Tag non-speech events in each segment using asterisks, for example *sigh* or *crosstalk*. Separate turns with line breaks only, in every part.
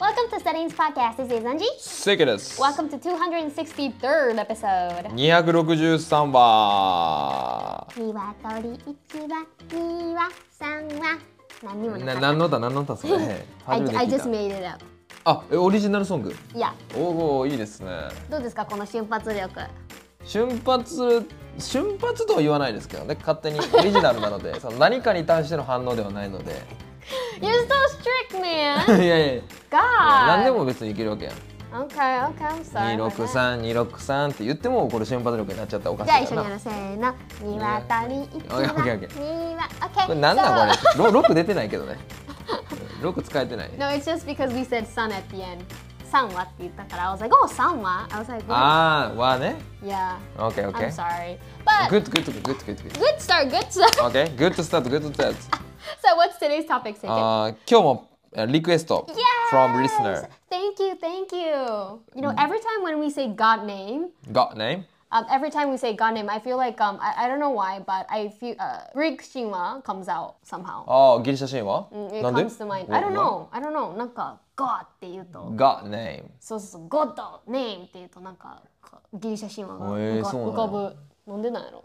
Welcome to Studying's podcast. This is Anji.
セケです。
Welcome to 263rd episode.
263話。
鶏1羽2羽3羽何にもなかった
な何の歌何の歌それ。
I,
初めて
I
聞い
just
た
made it up.
あ、えオリジナルソング。
いや、
おおいいですね。
どうですかこの瞬発力。
瞬発瞬発とは言わないですけどね。勝手にオリジナルなの
*laughs*
で、その何かに対しての反応ではないので。
*laughs* You're so strict,
*laughs* い *laughs*
man.
やいやいや。
God.
何でも別にいけるわけやん。
Okay, okay, I'm sorry.
二六三二六三って言ってもこれ瞬発力になっちゃったらおかし
じゃあ
い
一
か
緒にや
らな。
ろうせーの。鶏1羽
Okay, okay,
2羽 Okay.
これなんなん
so-
これ。ロロック出てないけどね。ロック使えてない。
*laughs* No, it's just because we said sun at the end. 3羽って言ったから、I was like, oh, 3羽 I was like,
ああ、はね。
yeah.
OK
I'm
OK。
sorry. But
Good, Uh, good, good, good, good, good.
good start, good start.
Okay, good to start, good to start.
*laughs* So what's today's topic, Seiken?
あー今日もえリクエスト
yes!
uh, from listener Mm.
Thank you, thank you. You know, every time when we say God name,
got name?
um, every time we say God name, I feel like um, I, I don't know why, but I feel uh, Greek Shinwa comes out somehow.
ああ、ギリシャ神話
It
なんで
comes to mind. I don't know. I don't know. なんか God って言うと、
got name.
そうそうそう、God name って言うとなんかギリシャ神話が
へ
浮
ー
か,、
そうな
浮
んや
かぶ。なんでなんやろ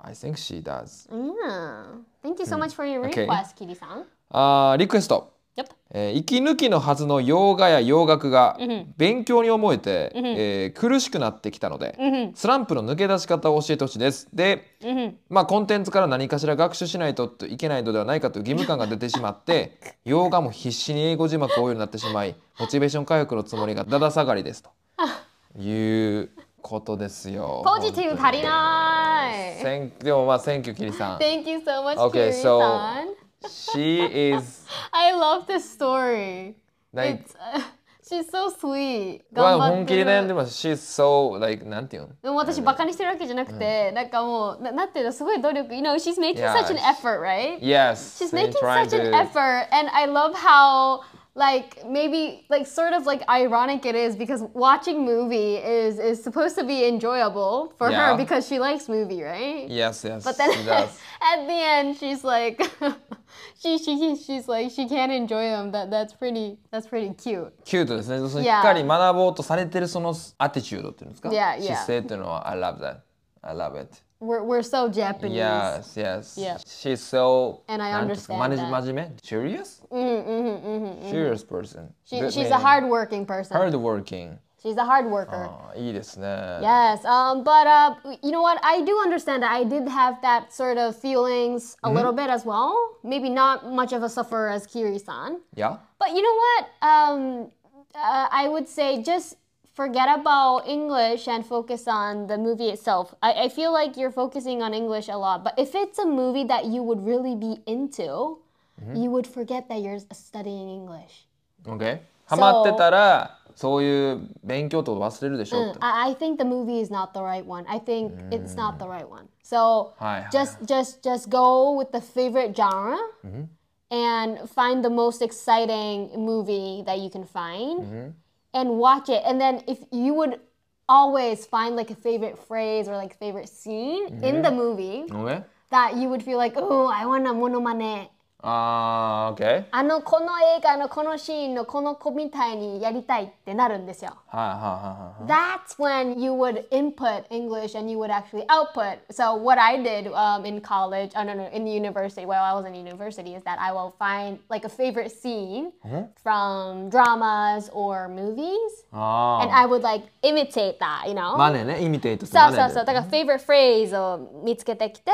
I think she does.
Yeah. Thank you so much for your
Mm. Okay.
request, Kiri san.
あーリクエスト。
Yep.
えー息抜きのはずの洋画や洋楽が勉強に思えて、えー苦しくなってきたので、スランプの抜け出し方を教えてほしいです。で、まあ、コンテンツから何かしら学習しないといけないのではないかという義務感が出てしまって
*laughs*
洋画も必死に英語字幕を追うようになってしまいモチベーション回復のつもりがだだ下がりですということですよ。
*laughs* ポジティブ足りない
せんでもまあ、Thank you キリさん。
Thank you so much,
Okay,
Kiri
so-
san.
She is
I love this story.
like
It's, *laughs* uh, she's so sweet.
まあ
頑張
本
っ
気
て
で
る
悩んでます。She's so like なんていうの
でも私バカにしてるわけじゃなくて、なんかもうななんていうのすごい努力 you know she's making
Yeah,
such an effort right
Yes.
she's
and
making
trying
such an
to-
effort and I love how like maybe like sort of like ironic it is because watching movie is is supposed to be enjoyable for her
Yeah.
because she likes movie right
Yes, yes.
but *laughs* then
she does.
*laughs*
*laughs*
at the end she's like *laughs* she she she's like she can't enjoy them that that's pretty that's pretty cute
キュートですね。その
Yeah.
しっかり学ぼうとされてるそのアティチュードっていうんですか
Yeah, yeah.
姿勢っていうのは I love that. I love it.
we're we're so Japanese
Yes, yes.
Yeah.
She's so
And I
なんていうんですか
understand
まね
that.
真面目 Serious? Serious person.
she,
Good
she's a
man.
hardworking person
hardworking.
she's a hard worker
あーいいですね。
Yes, um, but uh, you know what? I do understand that I did have that sort of feelings a little bit as well. Maybe not much of a sufferer as Kiri-san,
Yeah?
but you know what? Um, uh, I would say just forget about English and focus on the movie itself. I, I feel like you're focusing on English a lot, but if it's a movie that you would really be into, you would forget that you're studying English.
Okay. ハマってたらそういう勉強と忘れるでしょって。
I, I think the movie is not the right one. I think it's not the right one. So
Hi, Mm-hmm. hi.
just just just go with the favorite genre and find the most exciting movie that you can find
Mm-hmm.
and watch it. And then if you would always find like a favorite phrase or like favorite scene
Mm-hmm.
in the movie
Okay?
that you would feel like, oh, I want a monomane.
ああ、OK?
あのこの映画のこのシーンのこの子みたいにやりたいってなるんですよ。
はいはいはいはい。
that's when you would input English and you would actually output. So what I did um, in college, oh no, no, in university, while I was in university, is that I will find like a favorite scene from dramas or movies,
ああ。
and I would like imitate that, you know.
マネね、イミテイトする
そ
マ
うそ
ネで
うそう。だから、favorite phrase を見つけてきて、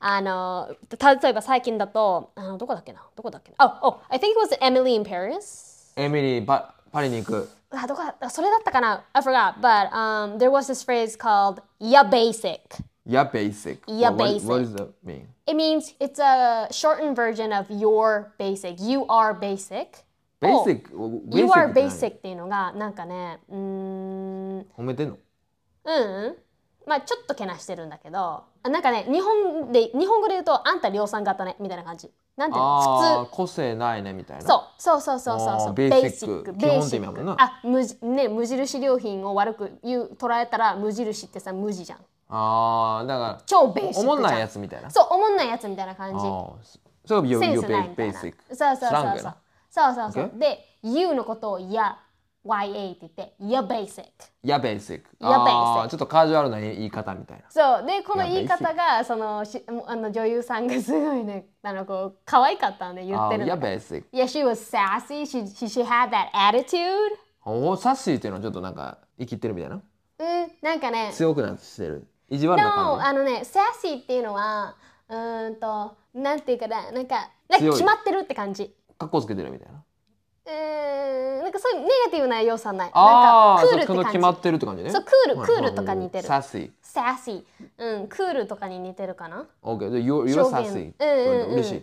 あの、た例えば最近だと、あの、どこだっけなどこだっけな oh, oh, I think it was Emily in Paris.
エミリーパパリに行く。
あどこだそれだったかな I forgot. But、um, there was this phrase called ya basic.
Yeah, basic.
Yeah,
What-
basic.
What, does that mean?
It means it's a shortened version of your basic. You are basic.
ベーシック、
You are
ベーシッ
basic っていうのがなんかねうーんうん
ク。褒めてんの。
うんまあちょっとけなしてるんだけどあなんかね日本で日本語で言うとあんた量産型ねみたいな感じなんていう
あ
の
あ、個性ないねみたい
普
な。
通そうそうそうそうそう
あ
そ
ー
う
ベーシック
basic
基本って意味やもんな
basic あ無じね無印良品を悪く言う捉えたら無印ってさ無地じゃん
ああ、だから。
超ベーシックじゃん
おもんないやつみたいな。
そうおもんないやつみたいな感じ
ああ、そう、よ、
セン
よ、
ス
ベ
ないみたい
ー
な。
シ
そう
ック。
そうそう
スラングや
そ
な
う。そうそうそう。
Okay?
で、You のことを Ya、YA って言って、Ya basic。
いや、ベーシック。
いや
あ
basic
あ、ちょっとカジュアルな言い方みたいな。
そう。で、この
Yeah,
言い方が、そのしあの女優さんがすごいね、あのこう可愛かったので言
あ
っ
あ、
て
い
る
や、
のが。
ベーシック。
Yeah, she was sassy. She, she, she had that attitude.
おお、サッシーっていうのはちょっとなんか、生きてるみたいな。
うん、なんかね。
強くなってしてる。意地悪な感
No,
じ。
あのね、sassy っていうのは、うーんと、なんていうかな、なんか、なんか
強い
決まってるって感じ。
かっこつけてるみたいな。
うーん、なんかそういうネガティブな要素はない。
あ
なん
あ、
かクールって
その
感じ
決。まってるって感じね。
そうクール
はい
クールとか似てる
サッシー。
サーシー、うん、クールとかに似てるかな
OK。で、You're you're
証言
sassy.
うんうんうん
嬉しい。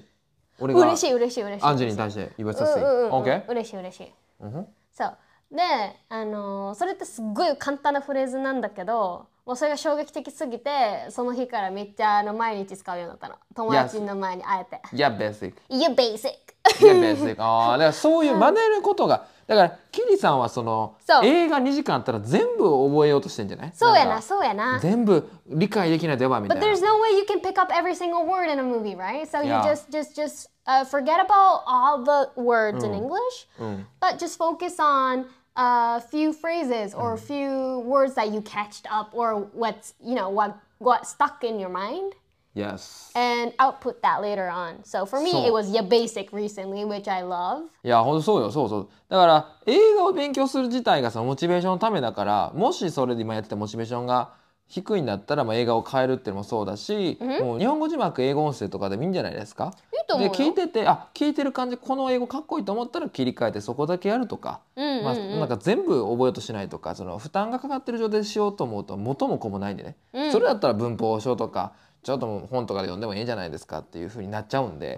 俺が
嬉しい嬉しい嬉しい
アンジェリーに対して、
うんうん
You're
うん
sassy. OK?
嬉しい嬉しい
うんふん
そうで、あのーそれってすっごい簡単なフレーズなんだけどもうそれが衝撃的すぎてその日からめっちゃあの毎日使うようになったの友達の前に会えて
Yeah, basic.
「You basic」
Yeah,
*laughs*
basic. ああ、だからそういう真似ることが、だから、キリさんはその
そう
映画2時間あったら全部覚えようとしてんじゃない
そうや
なん
な
か
そうやな
全部理解できないとやばいみた
But
い
there's
な。
no way you can pick up every single word in a movie, right? So
Yeah.
you just just just uh, forget about all the words
Mm.
in English, but just focus on a few phrases or a
Mm.
few words that you catched up or what's you know what what stuck in your mind
Yes.
and output that later on. So for me,
So-
it was your basic recently, which I love.
いや、ほんとそうよ、そうそう。だから、映画を勉強する自体がそのモチベーションのためだから、もしそれで今やっててモチベーションが低いんだったら、まあ、映画を変えるっていうのもそうだし、もう日本語字幕、英語音声とかでもいいんじゃないですか
いいと思うよ
で、聞いてて、あ、聞いてる感じ、この英語かっこいいと思ったら切り替えてそこだけやるとか、まあ、なんか全部覚えようとしないとか、その負担がかかってる状態でしようと思うと、元も子もないんでね。それだったら文法書とか、ちょっともう本とかで読んでもいいんじゃないですかっていうふうになっちゃうんで、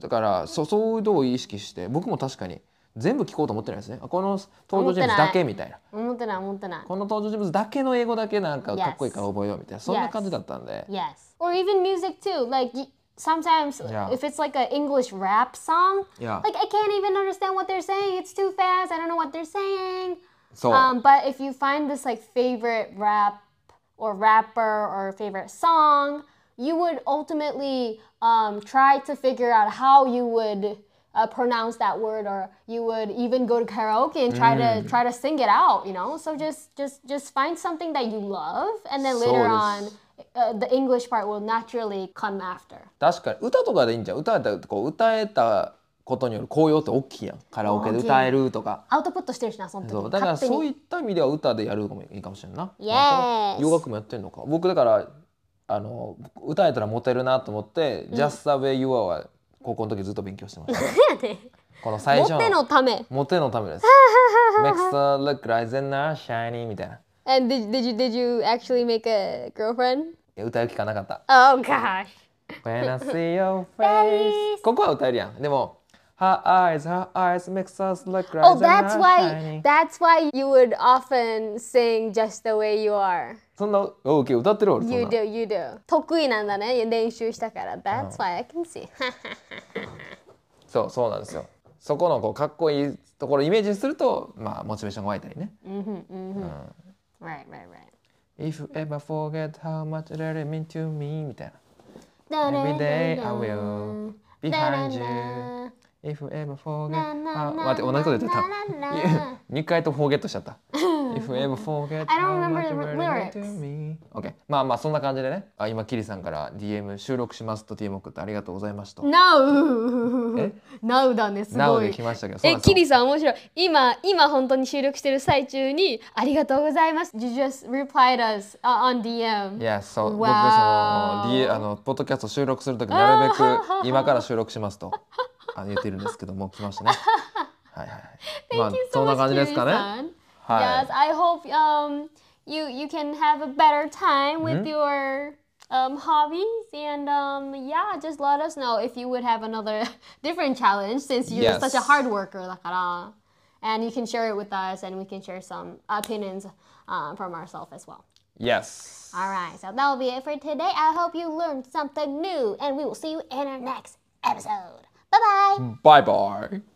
だからそそういうとこを意識して僕も確かに全部聞こうと思ってないですねあこの登場人物だけみたいな
思ってない、思ってない。
この登場人物だけの英語だけなんか
Yes.
かっこいいから覚えようみたいなそんな感じだったんで
Yes. Or even music too. Like y- sometimes uh,
Yeah.
if it's like an English rap song,
Yeah.
like I can't even understand what they're saying. It's too fast. I don't know what they're saying.
そう、
Um, but if you find this like favorite rap or rapper or favorite song, you would ultimately um, try to figure out how you would uh, pronounce that word, or you would even go to karaoke and try to try to sing it out. You know, so just just just find something that you love, and then
So
later
this-
on, uh, the English part will naturally come after.
確かに歌とかでいいんじゃん歌えたこう歌えたことによる紅葉って大きいやんカラオケで歌えるとか
アウトプットしてるしな、その時
そうだから
勝手に
そういった意味では歌でやるのもいいかもしれんな
Yes
なんか洋楽もやってんのか僕だからあの歌えたらモテるなと思って「Just the way you are」は高校の時ずっと勉強してました
*laughs*
この最初
モテのため。
モテのため
*laughs*
です。Makes her look like t h e n a shiny みたいな。い
And did, did you did you actually make a girlfriend?
や歌う聞かなかった。
Oh gosh.
When I see your
*laughs*
face ここは歌えるやん。でも、Her eyes, her eyes makes us look like
Oh,
the
that's
night
why
shining.
that's why you would often sing just the way you are.
そんな、おう、今日歌ってる俺そん
You
な
do, you do. 得意なんだね、練習したから。That's why I can see. *laughs*
そう、そうなんですよ。そこのこうかっこいいところをイメージすると、まあ、モチベーションが湧いたりね。
right, right, right.
If you ever forget how much it really mean to me みたいな。Every
Every
day I will be behind you. If you ever forget あ待って同じこと言っちゃ *laughs* った2回とフォーゲットしちゃった If you ever forget
I don't remember
how
the
much you
lyrics.
really meant to me OK まあまあそんな感じでねあ今キリさんから DM 収録しますと DM 送ってありがとうございました
No! *laughs*
え
Now だね、す
Now
ご
で
い
来。ましたけどそう
え
なん、です
キ
よ
リさん面白い。今、今本当に収録してる最中に、ありがとうございます。You just replied us、on DM.
いやそう僕
Wow
その D あのポッドキャスト収録するときなるべく今から収録し
*laughs*
ますとあ言ってるんですけども来ましたねはいはい、まあ
Thank you
そ
so
ん
much,
な感じですかね
Kiri-san.
はい
Yes,
Mm-hmm.
I hope um you you can have a better time with your um, hobbies. And um, yeah, just let us know if you would have another *laughs* different challenge since you're
Yes.
such a hard worker. だから And you can share it with us and we can share some opinions uh, from ourselves as well.
Yes.
All right, so that'll be it for today. I hope you learned something new, and we will see you in our next episode. Bye bye.
Bye bye.